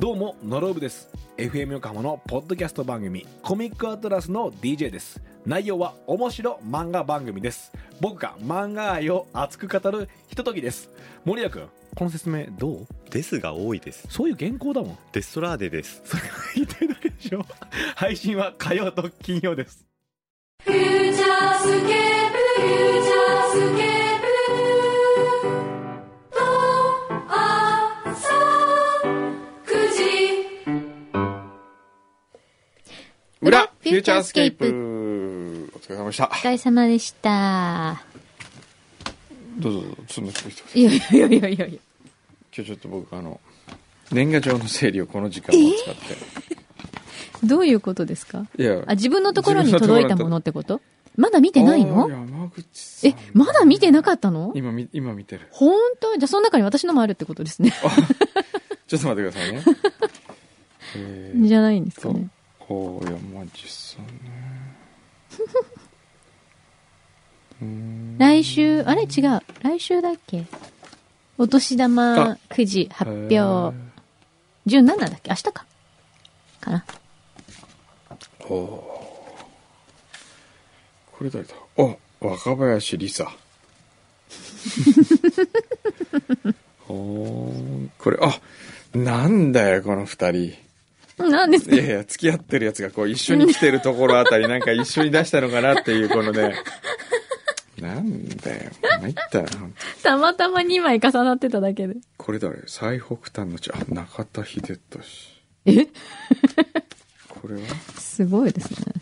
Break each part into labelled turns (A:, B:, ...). A: どうもノロブです FM 横浜のポッドキャスト番組コミックアトラスの DJ です内容は面白漫画番組です僕が漫画愛を熱く語るひとときです森谷君この説明どう
B: ですが多いです。
A: そういう原稿だもん
B: デストラーデです。
A: それが言いたいだけでしょ配信は火曜と金曜です
C: フューチャースケープ、フューチャースケープ。と、朝九時。
D: 裏
E: 裏
D: フ
E: フ
D: ュー
E: ュー
D: チ
E: チ
D: ャ
E: ャ
D: ー
E: ー
D: ス
E: ス
D: ケ
E: ケ
D: ー
E: ー
D: プ
E: プ
D: お疲れ様でした
E: お疲れ様でした。
D: どうぞどうぞすみません今
E: いやいやいやいやいや。
D: 日ちょっと僕あの年賀状の整理をこの時間を使っ
E: どういうことですか
D: ていや
E: あ、自分のところに届いたものってことまだ見てない
D: あー
E: の
D: 山口さん
E: え、まだ見てなかったの
D: 今み今見てる
E: 本当じゃあその中に私のもあるってことですね。
D: ちょっと待ってくださいねえーっ
E: じゃないんですか
D: と
E: ね。
D: おー山口さんねうーん
E: 来週、あれ違う。来週だっけお年玉くじ発表
D: へー。
E: 17だっけ明日か。かな。
D: これ誰だあ若林梨 沙おーこれあなんだよこの二人
E: なんです
D: い
E: か
D: やいや付き合ってるやつがこう一緒に来てるところあたりなんか一緒に出したのかなっていうこのねなんだよ参ったな本当
E: たまたま2枚重なってただけで。
D: これ誰最北端の地あ中田秀俊
E: え
D: これは
E: すごいですね。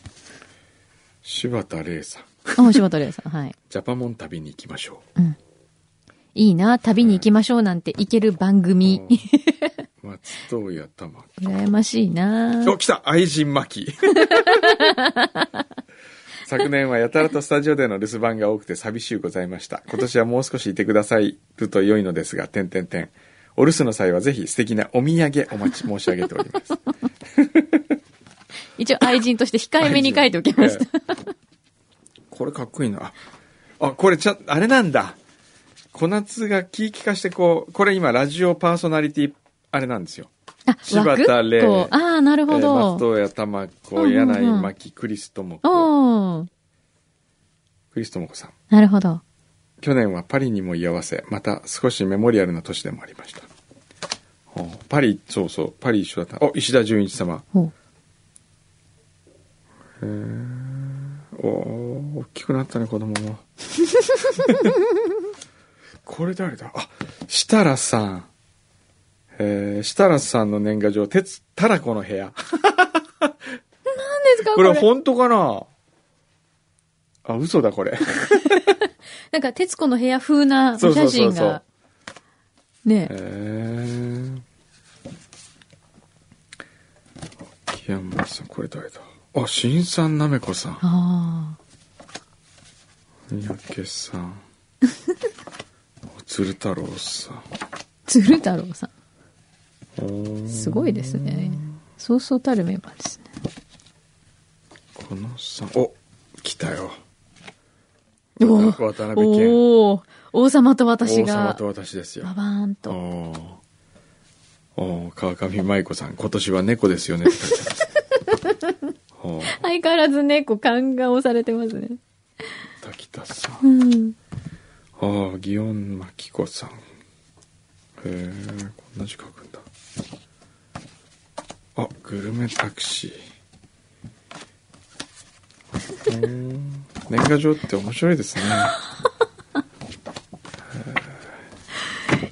D: 柴田玲さん
E: あ、柴田玲さん。はい。
D: ジャパモン旅に行きましょ
E: いいな、旅に行きましょうなんて行ける番組。
D: う松任谷玉
E: 羨ましいな。
D: お、来た愛人巻 き。昨年はやたらとスタジオでの留守番が多くて寂しゅうございました。今年はもう少しいてくださると良いのですが、点点点。お留守の際はぜひ素敵なお土産お待ち申し上げております。
E: 一応愛人として控えめに書いておきました。
D: た。これかっこいいな。あ、あこれちゃ、あれなんだ。小夏が気利かしてこう、これ今ラジオパーソナリティ、あれなんですよ。
E: あ、
D: 柴田玲
E: 枠っとああ、なるほ
D: えー松
E: ど。
D: 任谷玉
E: うん
D: 子、
E: うんうん
D: 柳井真紀、クリストモコ、
E: おおー
D: クリストモコさん。
E: なるほど。
D: 去年はパリにも居合わせまた少しメモリアルな年でもありましたほうパリそうそうパリ一緒だったお石田純一様
E: お
D: おー大きくなったね子供も これ誰だあ設楽さんえー、設楽さんの年賀状「鉄たらこの部屋」
E: 何ですかこ
D: こ
E: れ
D: れ本当かなあ嘘だこれ
E: なんか、徹子の部屋風なお
D: そうそ
E: 写
D: うそう
E: 真
D: そう
E: が。ね
D: え
E: え。
D: ー、秋山さんこれ誰だあ新さんなめこさん
E: あ
D: 三宅さんお鶴太郎さ
E: あ。鶴太郎さん。
D: んおー
E: すごいですね。そうそうたるメンバーですね。
D: このさんお来たよ
E: お
D: わ
E: ー
D: た渡辺謙
E: おー王様と私
D: 王様
E: が、
D: と私ですよ
E: ババーン
D: お
E: と。
D: ーおー川上舞子さん今年は猫です よねって書いてますおー
E: 相変わらずね、こう、勘が押されてますね。
D: 滝田さん
E: うん。
D: ああ、祇園真紀子さん。へえ、こんな字書くんだ。あ、グルメタクシー。うー ん年賀状って面白いですね。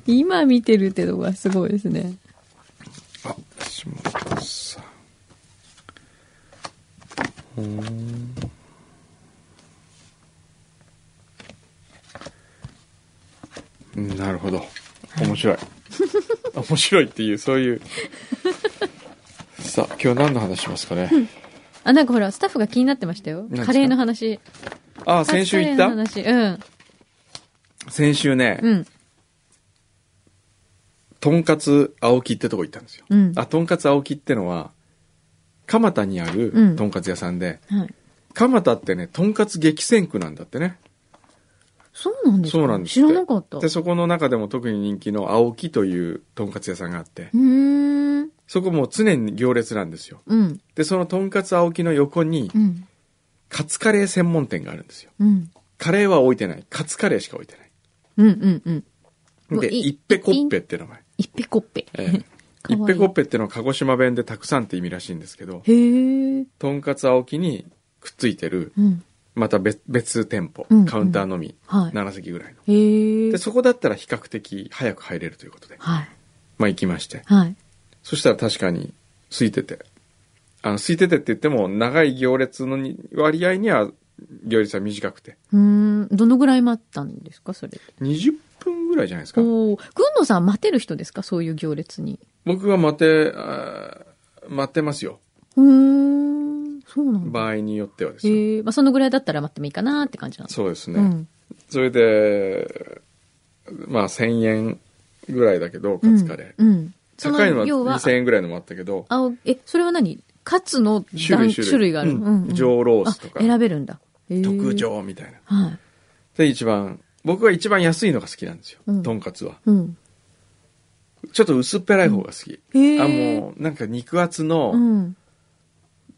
E: 今見てるってのがすごいですね。
D: あ、下田さん。うーん。うんなるほど。面 白い。面白いっていう、そういう。さあ、今日何の話しますかね。
E: あ、なんかほら、スタッフが気になってましたよ
D: です。か
E: カレーの話。
D: あ、先週言っ
E: カレーの
D: た
E: 話。うん。
D: 先週ね、
E: うん。
D: とんかつ青木ってとこ行ったんですよ。
E: うん
D: あ、とんかつ青木ってのは、蒲田にあ
E: う
D: る
E: ん
D: とんかつ屋さんで、
E: はい。
D: 蒲田ってね、とんかつ激戦区なんだってね。
E: そうなんですか
D: そうなんです
E: 知
D: って
E: らなかった。
D: で
E: う
D: そこの中でも特に人気の青木というとんかつ屋さんがあって
E: ーん。
D: そこもう常に行列なんですよ。
E: うん。
D: で、そのとんかつ青木の横に
E: う、ん。
D: カツカレー専門店があるんですよ。
E: うん。
D: カレーは置いてない。カツカレーしか置いて
E: うん。うん。うん。
D: ない。で、
E: もうい
D: いっぺこっぺって名前。
E: いっぺこっぺ。
D: ええ
E: か
D: いっ
E: わい
D: ぺ
E: い
D: こっぺってのは鹿児島弁でたくさんって意味らしいんですけど、
E: へえ。
D: とんかつ青木にくっついてる、
E: うん。
D: また別別店舗、
E: うん
D: カウンターのみ、
E: はい
D: 7席ぐらいの。
E: へえ
D: で、。そこだったら比較的早く入れるということで、
E: はい。
D: まあ行きまして。
E: はい。
D: そしたら確かに空いてて。あの、空いててって言っても、長い行列のに割合には、行列は短くて。
E: うーん。どのぐらい待ったんですか、それ。
D: 20分ぐらいじゃないですか。
E: おお。くんのさん待てる人ですか、そういう行列に。
D: 僕は待て、あー待ってますよ。
E: うーん。そうなんだ。
D: 場合によってはですよ。
E: へえ。まあ、そのぐらいだったら待ってもいいかなって感じなんです
D: そうですね。
E: うん。
D: それで、まあ1000円ぐらいだけど、カツカレー。
E: うん。そ
D: 高いのは
E: 要
D: 2000円ぐらいのもあったけど、
E: あおえ、それは何カツの段
D: 種類種類
E: がある。
D: うん上ロースとか
E: あ選べるんだ。へー
D: 特。上みたいな。
E: はい。
D: で、一番、僕は一番安いのが好きなんですよ。
E: うん
D: とんかつは。
E: うん。
D: ちょっと薄っぺらい方が好き。
E: へえ。
D: あ、もう、なんか肉厚の、
E: うん。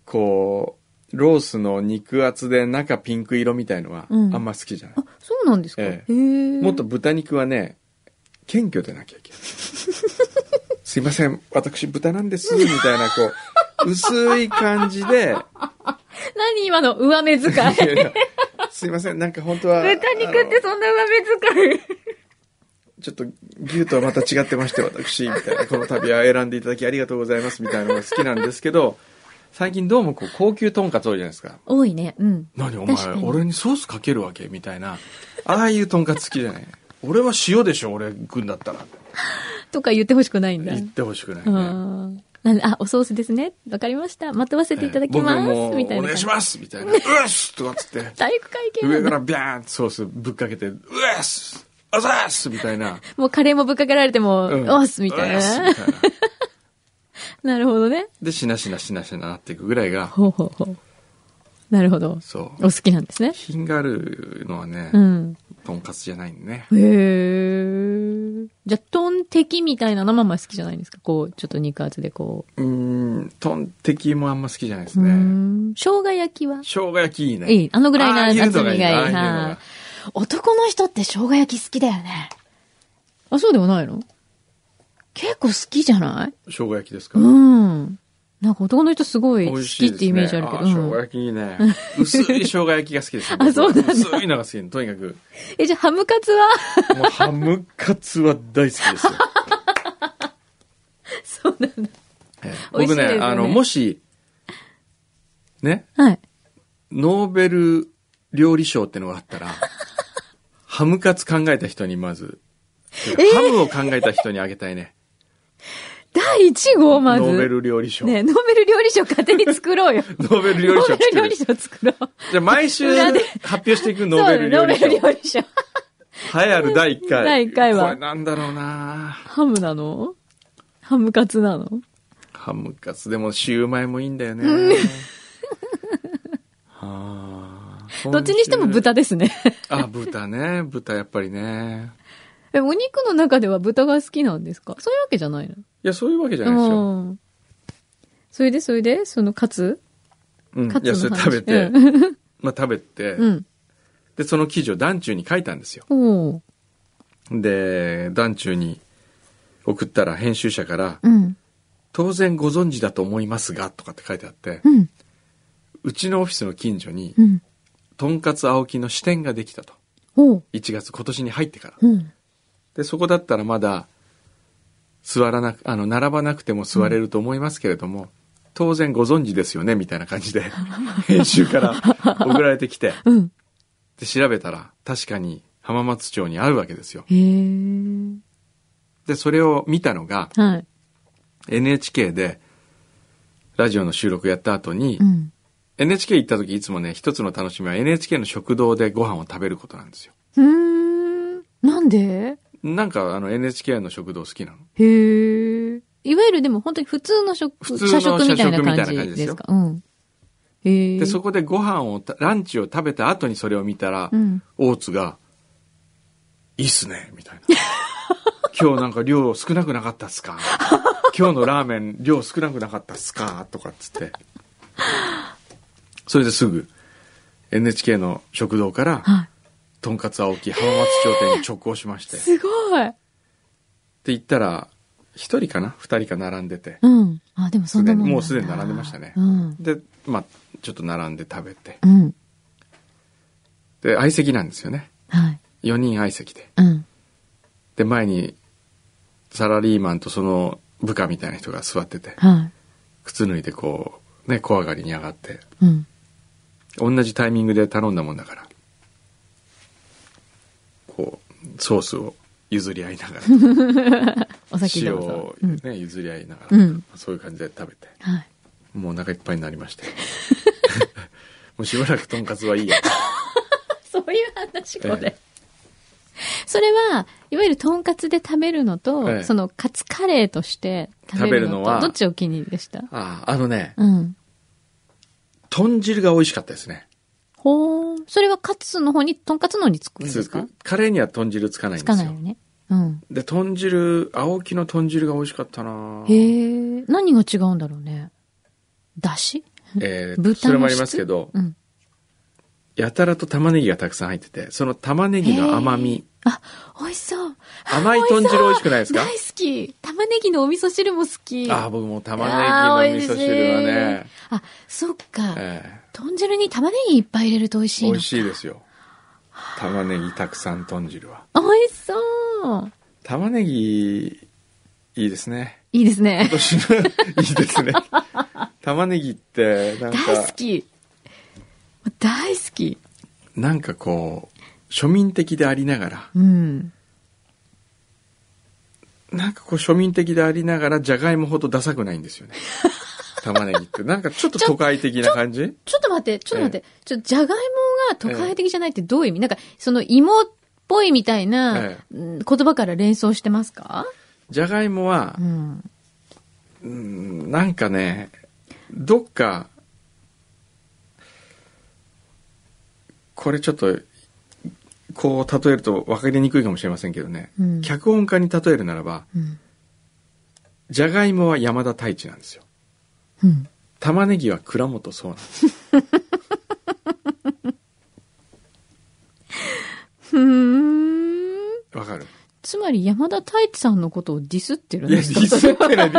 D: こう、ロースの肉厚で中ピンク色みたいのは、
E: うん
D: あんま好きじゃない。
E: あ、そうなんですか。
D: え
E: へえ。
D: もっと。豚肉はね、謙虚でなきゃいけ ない。すいません、私豚なんです、みたいな、こう、薄い感じ で、
E: 何今の上目遣い。
D: いやいやすいません、なんか本当は、
E: 豚肉って
D: あの
E: そんな上目遣い。
D: ちょっと牛とはまた違ってまして、私、みたいな、この旅は選んでいただきありがとうございます、みたいなのが好きなんですけど、最近どうもこう、高級とんかつ多いじゃないですか。
E: 多いね。うん。
D: 何お前
E: 確かに
D: 俺にソースかけるわけみたいなああいうとんかつ好きじゃない俺は塩でしょ俺食うんだったら
E: とか言ってほしくないんだ。
D: 言ってほしくない
E: うん
D: ね
E: なんであ、おソースですね。わかりました。まとわせていただきます。
D: 僕も
E: みたい
D: お
E: な
D: 願
E: 感
D: い
E: じ。
D: しますみたいな「うっす!」とかっつって
E: 体育会系な
D: 上
E: ん
D: か
E: だ
D: らビャーンってソースぶっかけて「うっすあざーす!」みたいな
E: もうカレーもぶっかけられ
D: 「
E: ても、
D: うん
E: おっすみたいう
D: っす
E: な
D: み。たいな
E: なるほどね。
D: でしなしなしなしななっていくぐらいが
E: ほうほうほう。 なるほど。
D: そ
E: お
D: う
E: 好きなんですね。
D: 品があるのはね
E: うん。
D: とんかつじゃないんでね
E: へえ。じゃあ、トンテキみたいなのもあんま好きじゃないんですかこう、ちょっと肉厚でこ
D: うーんとんてきもあんま好きじゃないです
E: う。うー
D: ね
E: ん。生姜焼きは
D: 生姜焼きいいね
E: いい。あのぐらい
D: あ
E: な
D: あいう
E: 厚
D: の
E: みがいい。
D: ああうの
E: はい男の人って生姜焼き好きだよね。あ、そうでもないの結構好きじゃない
D: 生姜焼きですか
E: うん。なんか男の人すごい
D: 美
E: 好
D: 味し
E: き
D: い
E: っ
D: ですね
E: てイメージあるけど。
D: 生姜
E: うん
D: 焼きいいね。薄い生姜焼きが好きですね。
E: あそうなんだ
D: 薄いのが好きでとにかく。
E: え、じゃあハムカツは
D: もうハムカツは大好きですよ。
E: そうなんだ。
D: ええ
E: 美味しい
D: 僕
E: ですよね
D: ね、あの、もし、ね、
E: はい。
D: ノーベル料理賞ってのがあった ら、ハムカツ考えた人にまず、ハムを考えた人にあげたいね。
E: 第1号 まず。
D: ノーベル料理賞。
E: ねえノーベル料理賞勝手に作ろうよ。
D: ノーベル料理賞
E: ノーベ
D: 作
E: ル料
D: る
E: 理。賞作ろう。
D: じゃあ毎週
E: 裏で
D: 発表していくノーベル料理
E: そ
D: 賞。
E: うだ
D: 栄
E: よノーベル料理賞。
D: えある第1回。
E: 第一回は
D: これなんだろうな
E: ハムなのハムカツなの
D: ハムカツでもシューマイもいいんだよね。は あ
E: どっちにしても。豚ですね。
D: あ、豚ね。豚やっぱりね。
E: え、お肉の中では豚が好きなんですかそういうわけじゃないの
D: いや、そういうわけじゃないですよ。
E: うん。それで、それで、そのカツ
D: うん。
E: カ
D: い
E: ツの
D: や、
E: 話
D: それ食べて、
E: うん
D: まあ食べて、
E: うん。
D: で、その記事を団中に書いたんですよ。
E: おう
D: で、団中に送ったら編集者から、
E: うん。
D: 当然ご存知だと思いますが、とかって書いてあって
E: う、ん。
D: うちのオフィスの近所に
E: う、ん。
D: とんかつ青木の支店ができたと。
E: おう。
D: 1月、今年に入ってから。
E: うん。
D: で、そこだったらまだ、座らなく、あの、並ばなくても座れると思いますけれども、当然ご存知ですよね、みたいな感じで、編集 から送られてきて、
E: うん。
D: で、調べたら、確かに浜松町にあるわけですよ。
E: へえ。
D: で、それを見たのが、
E: はい。
D: NHK で、ラジオの収録やった後に、
E: うん。
D: NHK 行った時いつもね、一つの楽しみは NHK の食堂でご飯を食べることなんですよ。
E: うーん。なんで
D: なんか、あの、NHK の食堂好きなの。
E: へえ。いわゆるでも本当に普通の食、
D: 普通の
E: 社食みたいな
D: 社食みたい
E: 感
D: な感
E: じ
D: じ
E: で
D: ですす
E: か
D: か
E: うん。へえ。
D: で、そこでご飯をた、ランチを食べた後にそれを見たら、
E: うん。
D: 大津が、 いいっすね、みたいな。今日なんか量少なくなかったっすか今日のラーメン量少なくなかったっすかとかっつって。それですぐ、NHK の食堂から、
E: はい。
D: とんかつ青木浜松町店に直行しまして。って
E: すごい。
D: 言ったら、一人かな二人か並んでて。
E: うん。あ、でもそんなもんなんだ
D: もうすでに並んでましたね
E: うん。
D: で、まあ、ちょっと並んで食べて。
E: うん。
D: で、相席なんですよね。
E: はい。
D: 4人相席で。
E: うん。
D: で、前に、サラリーマンとその部下みたいな人が座ってて、
E: は
D: 靴脱いでこう、ね、小上がりに上がって、
E: い。うん。
D: 同じタイミングで頼んだもんだから、こう、ソースを譲り合いながら、
E: お酒
D: 塩
E: どうぞ
D: を。
E: うん。
D: ね、譲り合いながら、
E: うん
D: そういう感じで食べて、
E: はい。
D: もうお腹いっぱいになりま して。もうしばらくとんかつはいいや。
E: そういう話、こ
D: え
E: れ。それは、いわゆるとんかつで食べるのと、
D: ええ
E: その、カツカレーとして食べるの
D: 食べ
E: と、
D: るのは
E: どっちお気に入りでした
D: ああ、あのね、
E: うん。
D: 豚汁が美味しかったですね。
E: ほー。それはカツの方に、とんかつの方につくんです
D: つ
E: か
D: くカレーには豚汁つかない
E: つ
D: んで
E: か
D: す
E: ないよ
D: よ。
E: ね。うん。
D: で、豚汁、青木の豚汁が美味しかったな
E: へえ。何が違うんだろうね。だし
D: えー
E: 豚の質
D: それもありますけど、
E: うん。
D: やたらと玉ねぎがたくさん入ってて、その玉ねぎの甘み、
E: あ、美味しそう。
D: 甘い豚汁美味しくないですか
E: 大好き。玉ねぎのお味噌汁も好き。
D: ああ、僕も玉ねぎの味噌汁はね、
E: あそっか。
D: え
E: 豚汁に玉ねぎいっぱい入れると美味しい
D: ー
E: の
D: 美
E: か。
D: 味しいですよ。玉ねぎたくさん豚汁は。
E: 美味しそう。
D: 玉ねぎ、いいですね。
E: いいですね。
D: 今年のいいです ね。玉ねぎって、なんか、
E: 大好き。大好き。
D: なんかこう、庶民的でありながら、
E: うん。
D: なんかこう庶民的でありながら、じゃがいもほどダサくないんです よね。玉ねぎって。なんかちょっと都会的な感じ
E: ちょっと待って、ちょっと待って。ちょ、じゃがいもが都会的じゃないってどういう意味、なんか、その芋っぽいみたいな、
D: え
E: うん言葉から連想してますか
D: じゃがいもは
E: う、ん。
D: うんなんかね、どっか、これちょっと、こう例えると分かりにくいかもしれませんけどね。
E: うん
D: 脚本家に例えるならば、
E: うん。
D: じゃがいもは山田太一なんですよ。
E: うん。
D: 玉ねぎは倉本そうなんです。
E: ふーん。
D: わかる
E: つまり山田太一さんのことをディスって るん
D: いや、
E: で
D: デ
E: す
D: ィス
E: か
D: ってない。デ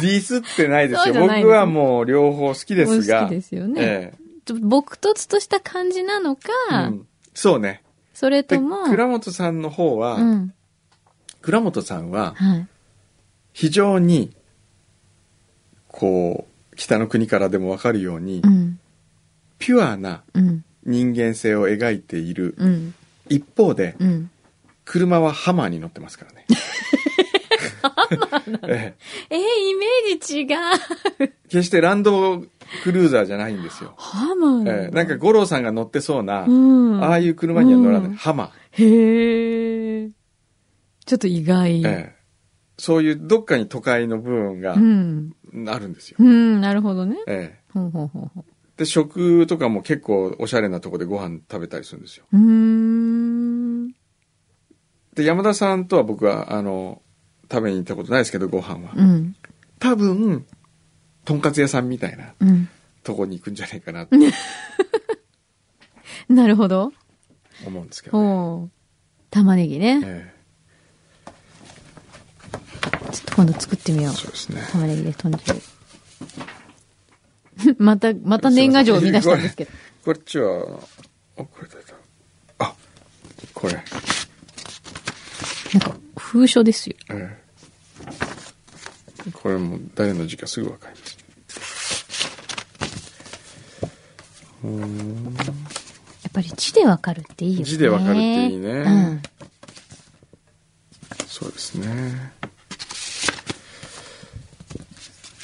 D: ィスってないです
E: そう
D: よ。
E: じゃないです
D: 僕はもう両方好きですが。
E: 好きですよね。
D: え
E: ちょ朴突とした感じなのか、
D: えうんそうね。
E: それ
D: で、
E: とも、
D: 倉本さんの方は、
E: うん。
D: 倉本さんは、
E: はい。
D: 非常に、こう、北の国からでもわかるように、
E: うん。
D: ピュアな
E: うん。
D: 人間性を描いている、
E: うん。
D: 一方で、
E: うん。
D: 車はハマーに乗ってますからね。 ハマーええ
E: えー、イメージ違う。
D: 決してランドクルーザーじゃないんですよ。
E: ハマー。
D: ええなんか、五郎さんが乗ってそうな、
E: うん。
D: ああいう車には乗らない。
E: うん
D: ハマー。
E: へえ。ちょっと意外。
D: ええそういうどっかに都会の部分が
E: うん。
D: あるんですよ。
E: うん、なるほどね。
D: ええ
E: ほうほうほうほ
D: で、食とかも結構おしゃれなとこでご飯食べたりするんですよ。
E: う。うーん。
D: で、山田さんとは僕は、あの、食べに行ったことないですけど、ご飯は
E: う。ん。
D: 多分、とんかつ屋さんみたいな
E: うん。
D: とこに行くんじゃないかなと
E: なるほど。
D: 思うんですけど、ね。
E: ほう。玉ねぎね。
D: え
E: ちょっと今度作ってみよう
D: え。そうですね。
E: 玉ねぎで豚汁。 また、また年賀状を生み出したんですけど。
D: こっちは、あ、これだった。あ、これ。
E: なんか、封書ですよ。
D: ええこれも誰の字かすぐわかります。
E: やっぱり字でわかるっていいよね。
D: 字でわかるっていいね
E: うん。
D: そうですね。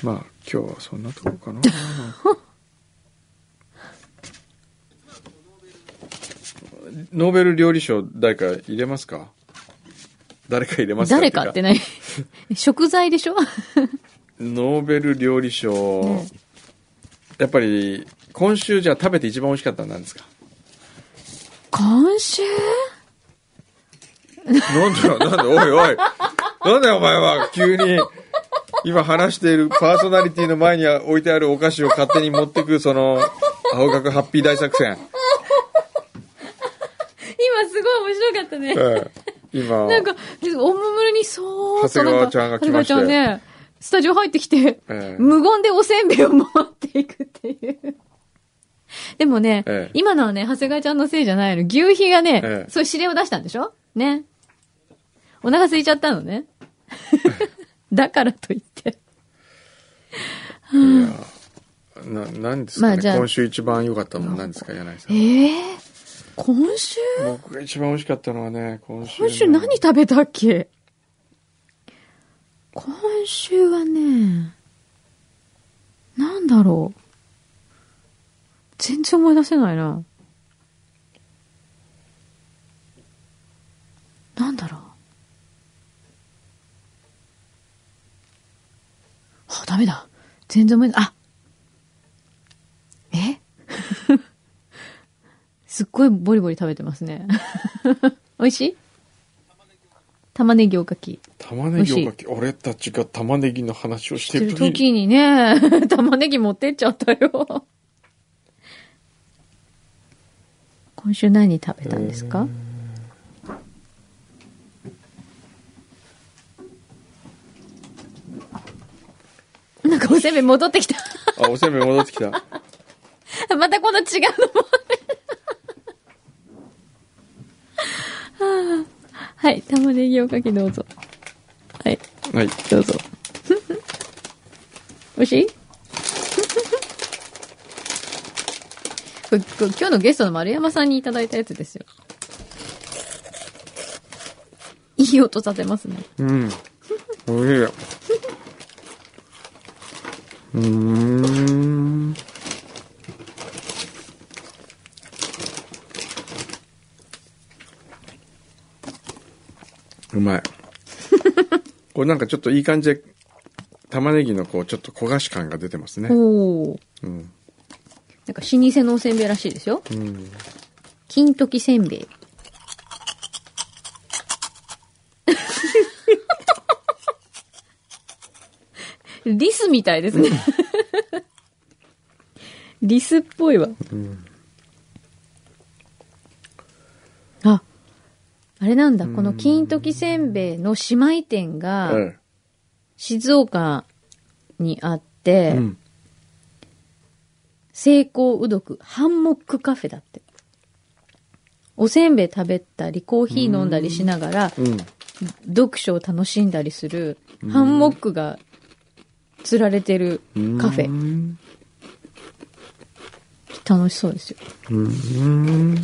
D: まあ、今日はそんなとこかな。 ノーベル料理賞誰か入れますか誰か入れますか
E: 誰かって
D: ね。
E: ない。食材でしょ
D: ノーベル料理賞、
E: ね
D: やっぱり今週じゃあ食べて一番美味しかったのは何ですか
E: 今週
D: なんだよ、なんだよ、おいおい。なんだよ、お前は、急に。今話しているパーソナリティの前に置いてあるお菓子を勝手に持ってく、その、青学ハッピー大作戦。
E: 今すごい面白かったね。
D: ええ今、
E: なんか、おむむるにそーっとなんか、
D: 長谷川ちゃんが来ましたよ
E: 長谷川ちゃんね、スタジオ入ってきて、
D: ええ
E: 無言でおせんべいを持っていくっていう。でもね、
D: ええ
E: 今のはね、長谷川ちゃんのせいじゃないの。牛皮がね、
D: ええ
E: そういう指令を出したんでしょね。お腹空いちゃったの ね。だからといって。
D: な、何ですかね、
E: まあじゃあ
D: 今週一番良かったもん何ですか、柳井さん。
E: ええ今週
D: 僕が一番美味しかったのはね、今週の。
E: 今週何食べたっけ今週はね、なんだろう。全然思い出せないな。なんだろう。あ、ダメだ。全然思い出、あえ すっごいボリボリ食べてますね。 美味しい玉ねぎおかき。
D: 玉ねぎおかき。俺たちが玉ねぎの話をして
E: して
D: る
E: る
D: 時に。
E: 時にね、 玉ねぎ持ってっちゃったよ。今週何食べたんですかなんかおせんべい戻ってきた。
D: あ、おせんべい戻ってきた。
E: またこの違うのも。 はい、玉ねぎおかきどうぞ。はい、
D: はい。
E: どうぞ。 おいしい これこれ今日のゲストの丸山さんにいただいたやつですよ。いい音立てますね。
D: うん。おいしい。うーん。うま い。これなんかちょっといい感じで、玉ねぎのこう、ちょっと焦がし感が出てますね。
E: おお。
D: うん。
E: なんか老舗のおせんべいらしいですよ。
D: うん。
E: 金時せんべい。リスみたいですね。リスっぽいわ。あ、あれなんだ。この金時せんべいの姉妹店が
D: え
E: 静岡にあって、
D: え。うん。
E: 成功うどくハンモックカフェだって。おせんべい食べたり、コーヒー飲んだりしながら、
D: うん。
E: 読書を楽しんだりする、ハンモックが釣られてるカフェ。
D: ェ。
E: 楽しそうですよ。
D: うん。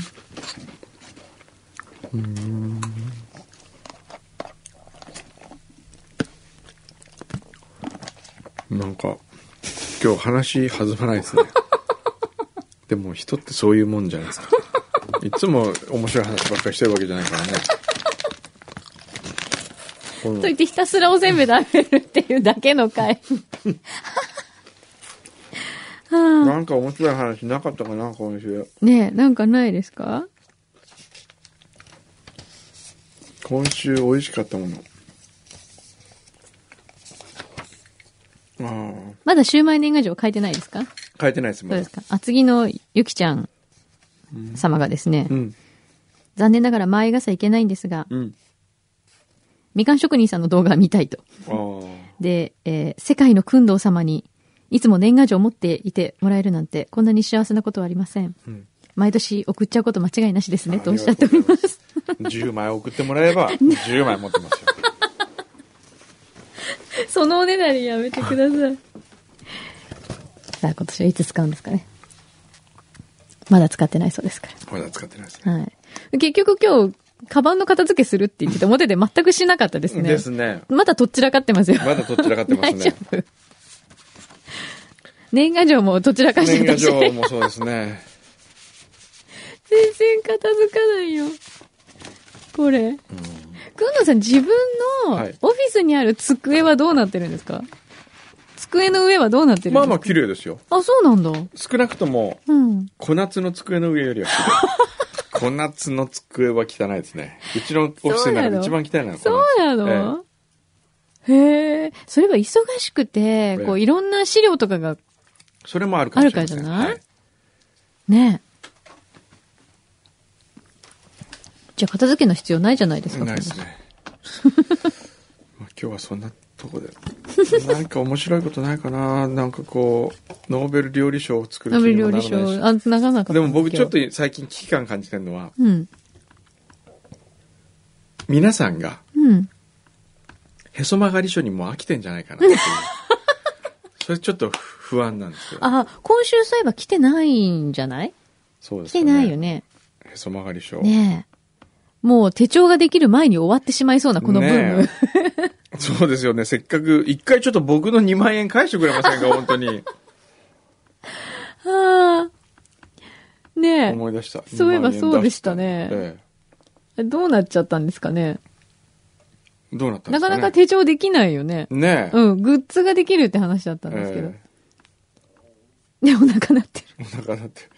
D: なんか、今日話弾まないですね。 でも人ってそういうもんじゃないですか。いつも面白い話ばっかりしてるわけじゃないからね。この
E: と言ってひたすらおせんべい食べるっていうだけの回。
D: なんか面白い話なかったかな、今週。
E: ねえ、なんかないですか
D: 今週美味しかったもの。あ
E: まだシューマイ年賀状書いてないですか
D: あ、変えてないです、ま
E: そう
D: だ
E: ですか厚木のゆきちゃん様がですね、
D: うん。
E: 残念ながら毎朝行けないんですが、
D: うん。
E: みかん職人さんの動画が見たいと。
D: ああ。
E: で、えー世界の君堂様に、いつも年賀状を持っていてもらえるなんて、こんなに幸せなことはありません。
D: ん
E: 毎年送っちゃうこと間違いなしですね、とおっしゃっております。
D: す。10枚送ってもらえば、10枚持ってますよ。
E: そのおねだりやめてください。 さあ、今年はいつ使うんですかね。まだ使ってないそうですか
D: まだ使ってないですね。
E: ら。はい。結局今日、カバンの片付けするって言ってて、表で全くしなかったですね。
D: ですね。
E: まだとっちらかってますよ。
D: まだとっちらかってますね
E: 大丈夫。年賀状もとっちらかして
D: 年賀
E: たし。
D: 状もそう ですね。
E: 全然片付かないよ。これ。くんのさん、自分のオ
D: は
E: フィ
D: い
E: スにある机はどうなってるんですか、机の上はどうなってるんですか
D: まあまあ綺麗ですよ。
E: あ。そうなんだ。
D: 少なくとも、
E: うん。
D: 小夏の机の上よりは 綺麗。小夏の机は汚いですね。うちのオフィスの中で一番汚いのは小夏
E: そうなの、
D: え
E: へえ。それは忙しくて、こう、いろんな資料とかが、
D: それもあるかもしれません
E: あるからじゃない
D: はい
E: ねじゃあ、片付けの必要ないじゃないですか。
D: ないですね。 まあ今日はそんなとこで。何か面白いことないかななんかこう、ノーベル料理賞を作る
E: 鍋
D: 気に
E: 料
D: もな
E: 理
D: ら
E: 賞
D: ないし。
E: あ、なかなか。
D: でも僕ちょっと
E: 今
D: 最近危機感感じてるのは、
E: 日。うん。
D: 皆さんが
E: うん。
D: へそ曲がり書にもう飽きてんじゃないかなっ ていう。それちょっと不安なんですけど。
E: あ、今週そういえば来てないんじゃない
D: そうで
E: 来
D: す
E: て
D: ね。
E: ないよ。ね。
D: へそ曲がり書。
E: ねえ。もう手帳ができる前に終わってしまいそうな、このブーム。
D: ね え そうですよね。せっかく、一回ちょっと僕の2万円返してくれま せんか本当に。
E: はあ。ね
D: 思い出した。
E: そういえば
D: 2万円出
E: そうでしたね
D: え
E: え。どうなっちゃったんですかね。
D: えどうなったんで
E: な
D: すか
E: か
D: ね
E: なか手帳できないよね。
D: ねえ。
E: うん、グッズができるって話だったんですけど。
D: え
E: で、お腹鳴ってる。
D: えお腹だって。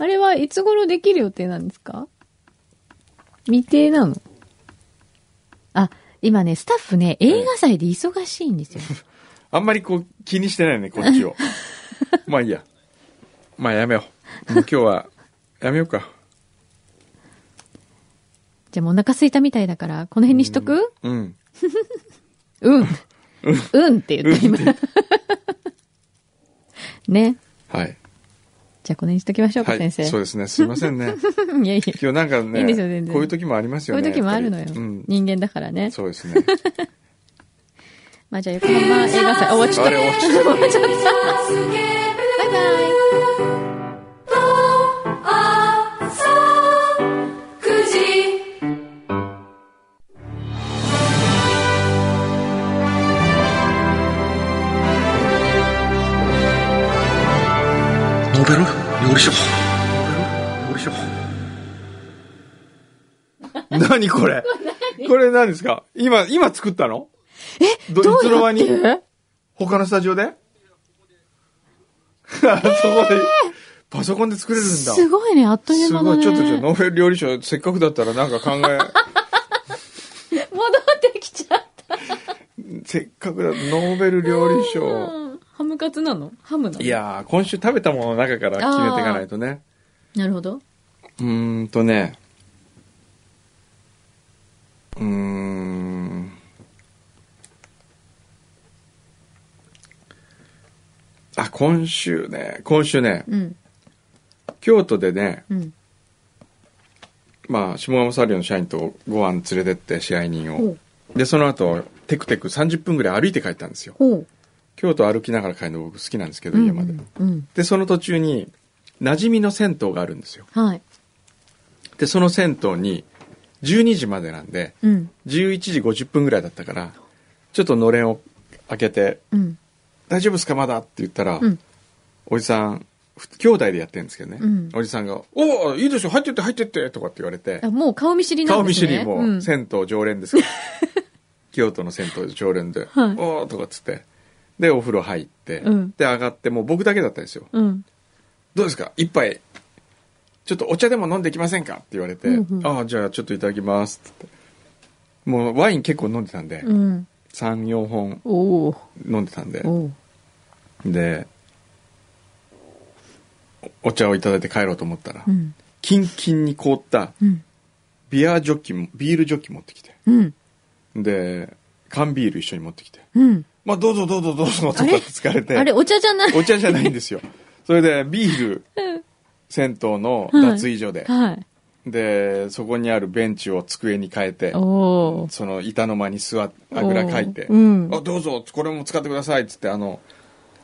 E: あれはいつ頃できる予定なんですか未定なのあ、今ね、スタッフね、映画祭で忙しいんですよ。
D: あんまりこう気にしてないね、こっち を。まあいいや。まあやめよう。もう今日 は、やめようか。
E: じゃあもうお腹空いたみたいだから、この辺にしとく
D: うん。
E: うん。うんって言った今。 ね。
D: はい。
E: じゃあこの辺にしときましょうか、
D: はい。
E: 先生。
D: そうですね。すいません ね。
E: いやいや。
D: 今日なんかね、
E: いいんですよ全然
D: こういう時もあります
E: そ
D: よ
E: うい
D: ね。
E: う時もあるの
D: や
E: よ
D: っぱ。りうん。
E: 人間だからね。
D: そうですね。
E: まあじゃあ横浜映画祭、終わっちゃった。
D: あれ、落ち
E: 終わっちゃった。バイバイ。
C: 時
F: ノーベル料理賞ノーベル料理賞
D: 何これこれ何ですか今、今作ったのえど
E: ど
D: いつの
E: う
D: 間
E: やって
D: に
E: る
D: 他のスタジオであそこで、パソコンで作れるんだ。
E: すごいね、あっという
D: す
E: 間
D: ご
E: だ
D: い、
E: ね。
D: ちょっとじゃあノーベル料理賞、せっかくだったらなんか考え、
E: 戻ってきちゃった。
D: せっかくだ、ノーベル料理賞。
E: ハムカツなのハムなの
D: い。やー、今週食べたものの中から決めていかないとね。
E: なるほど。
D: うーんとね。うーん。あ、今週ね、今週ね、
E: うん。
D: 京都でね、
E: うん。
D: まあ、下鴨サリオの社員とご飯連れてって支配人
E: ほ
D: を
E: う。
D: で、その後、テクテク30分ぐらい歩いて帰ったんですよ。
E: ほう。
D: 京都歩きながら帰るの僕好きなんですけど、
E: うん
D: 家まで。
E: うん。
D: で、その途中に、馴染みの銭湯があるんですよ。
E: はい。
D: で、その銭湯に、12時までなんで、
E: うん。
D: 11時50分ぐらいだったから、ちょっとのれんを開けて、
E: うん。
D: 大丈夫ですかまだって言ったら、
E: うん
D: おじさん、ふ兄弟でやってるんですけどね、
E: うん
D: おじさんが、おお、いいですよ、入ってって、入ってって、とかって言われて
E: あ、もう顔見知りな
D: 顔
E: んで
D: 見
E: す
D: 知
E: ね。
D: り
E: う
D: も
E: ん、
D: 銭湯常連ですから、 京都の銭湯常連で、
E: はい
D: おお、とかっつって、で、お風呂入って、
E: うん
D: で、上がって、もう僕だけだったんですよ。
E: うん。
D: どうですか一杯、ちょっとお茶でも飲んできませんかって言われて、
E: うんうん
D: ああ、じゃあちょっといただきますってって。もうワイン結構飲んでたんで、
E: うん。
D: 3、4本
E: おー
D: 飲んでたんで、
E: おー
D: で、おお茶をいただいて帰ろうと思ったら、
E: うん。
D: キンキンに凍った
E: うん。
D: ビアジョッキも、ビールジョッキ持ってきて、
E: うん。
D: で、缶ビール一緒に持ってきて、
E: うん。
D: まあどうぞどうぞどうぞとかって疲れて、
E: あれ、お茶じゃない。
D: お茶じゃないんです よ。それでビール、銭湯の脱衣所で、
E: はい。
D: でそこにあるベンチを机に変えて
E: おー
D: その板の間に座ってあぐらかいて「
E: おーうん
D: あどうぞこれも使ってください」っつってあの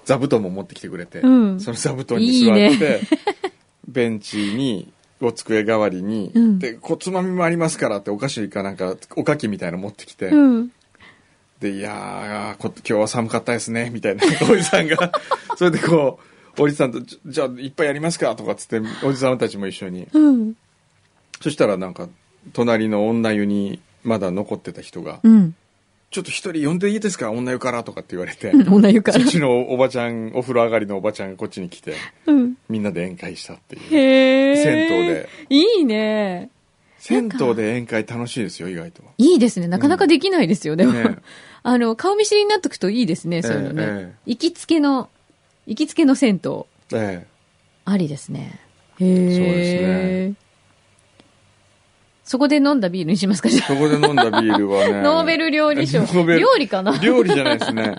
D: 座布団も持ってきてくれて、
E: うん
D: その座布団に座って
E: いいね
D: ベンチにお机代わりに、
E: うん
D: でこうつまみもありますからってお菓子かなんかおかきみたいなの持ってきて、
E: うん。
D: で「いやーこ今日は寒かったですね」みたいな おじさんがそれでこうおじさんとじ「じゃあいっぱいやりますか」とかっつっておじさんたちも一緒に。
E: うん。
D: そしたらなんか、隣の女湯にまだ残ってた人が、
E: うん。
D: ちょっと一人呼んでいいですか女湯からとかって言わ れて、
E: 女湯か
D: そ
E: ら
D: っ。ちのおばちゃん、お風呂上がりのおばちゃんがこっちに来 て、
E: うん。
D: みんなで宴会したっていう。
E: へえ。
D: 銭湯で。
E: いいね。
D: 銭湯で宴会楽しいですよ、意外と。
E: いいですね。なかなかできないですよ、でも。
D: ね
E: あの、顔見知りになっとくといいですね、そういうのね。
D: え
E: 行きつけの、行きつけの銭湯。
D: ええ
E: ありですね。へ
D: すね
E: え。そこで飲んだビールにしますかじゃ
D: えそこで飲んだビールは
E: あ
D: ね。
E: ノーベル料理賞
D: ノ。ーベル
E: 料理かな
D: 料理じゃないです ね。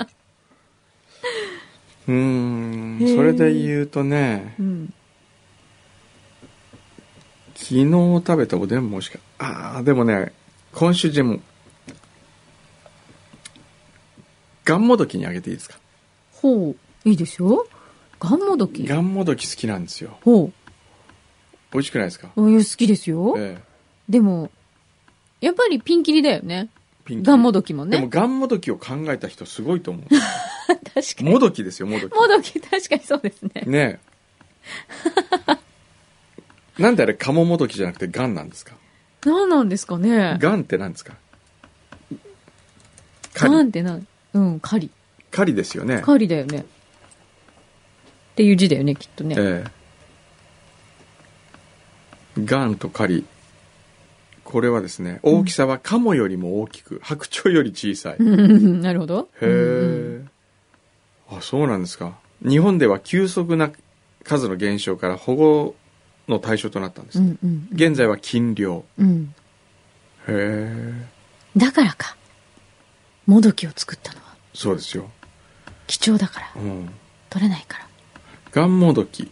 D: うーん、それで言うとね
E: う、ん。
D: 昨日食べたおでんも美味しかった。あーでもね、今週でも、ガンモドキにあげていいですか
E: ほう。いいでしょガンモドキ。
D: ガンモドキ好きなんですよ。
E: ほ
D: 美味しくないですか
E: う。うん、好きですよ。
D: ええ
E: でも、やっぱりピンキリだよね。
D: ピンキー
E: ガンモドキも
D: でも
E: ね。
D: ガンモドキを考えた人すごいと思う。
E: 確かに。
D: モドキですよ、モドキ。
E: モドキ、確かにそうですね。
D: ねえ。 なんであれ、カモモドキじゃなくてガンなんですか
E: 何なんですかね
D: ガンって何ですか
E: ガ
D: 狩り
E: ンってな、うん、狩り。
D: 狩りですよね。
E: 狩りだよね。っていう字だよね、きっとね。
D: ええ。ガンと狩り。これはですね、大きさはカモよりも大きく、白鳥より小さい。へ
E: うん なるほど。うん
D: え。あ、そうなんですか。日本では急速な数の減少から保護の対象となったんです
E: う。んうん
D: 現在は禁漁。
E: うん。
D: へえ。
E: だからか。もどきを作ったのは
D: そうですよ。
E: 貴重だから
D: う。ん。
E: 取れないから。
D: ガンモドキ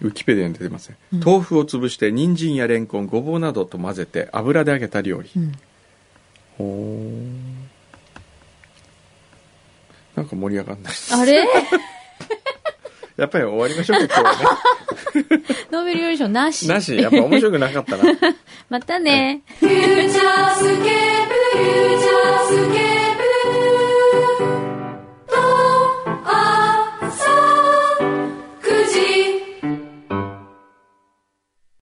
D: ウィキペディアに出てません、
E: うん
D: 豆腐を潰して人参やレンコンごぼうなどと混ぜて油で揚げた料理、
E: うん。
D: ほーなんか盛り上がんない
E: あれ
D: やっぱり終わりましょうか今日は
E: ノーベル料理賞なし。
D: ね なしやっぱ面白くなかったな
E: またね。
C: フューチャースケープフューチャースケープ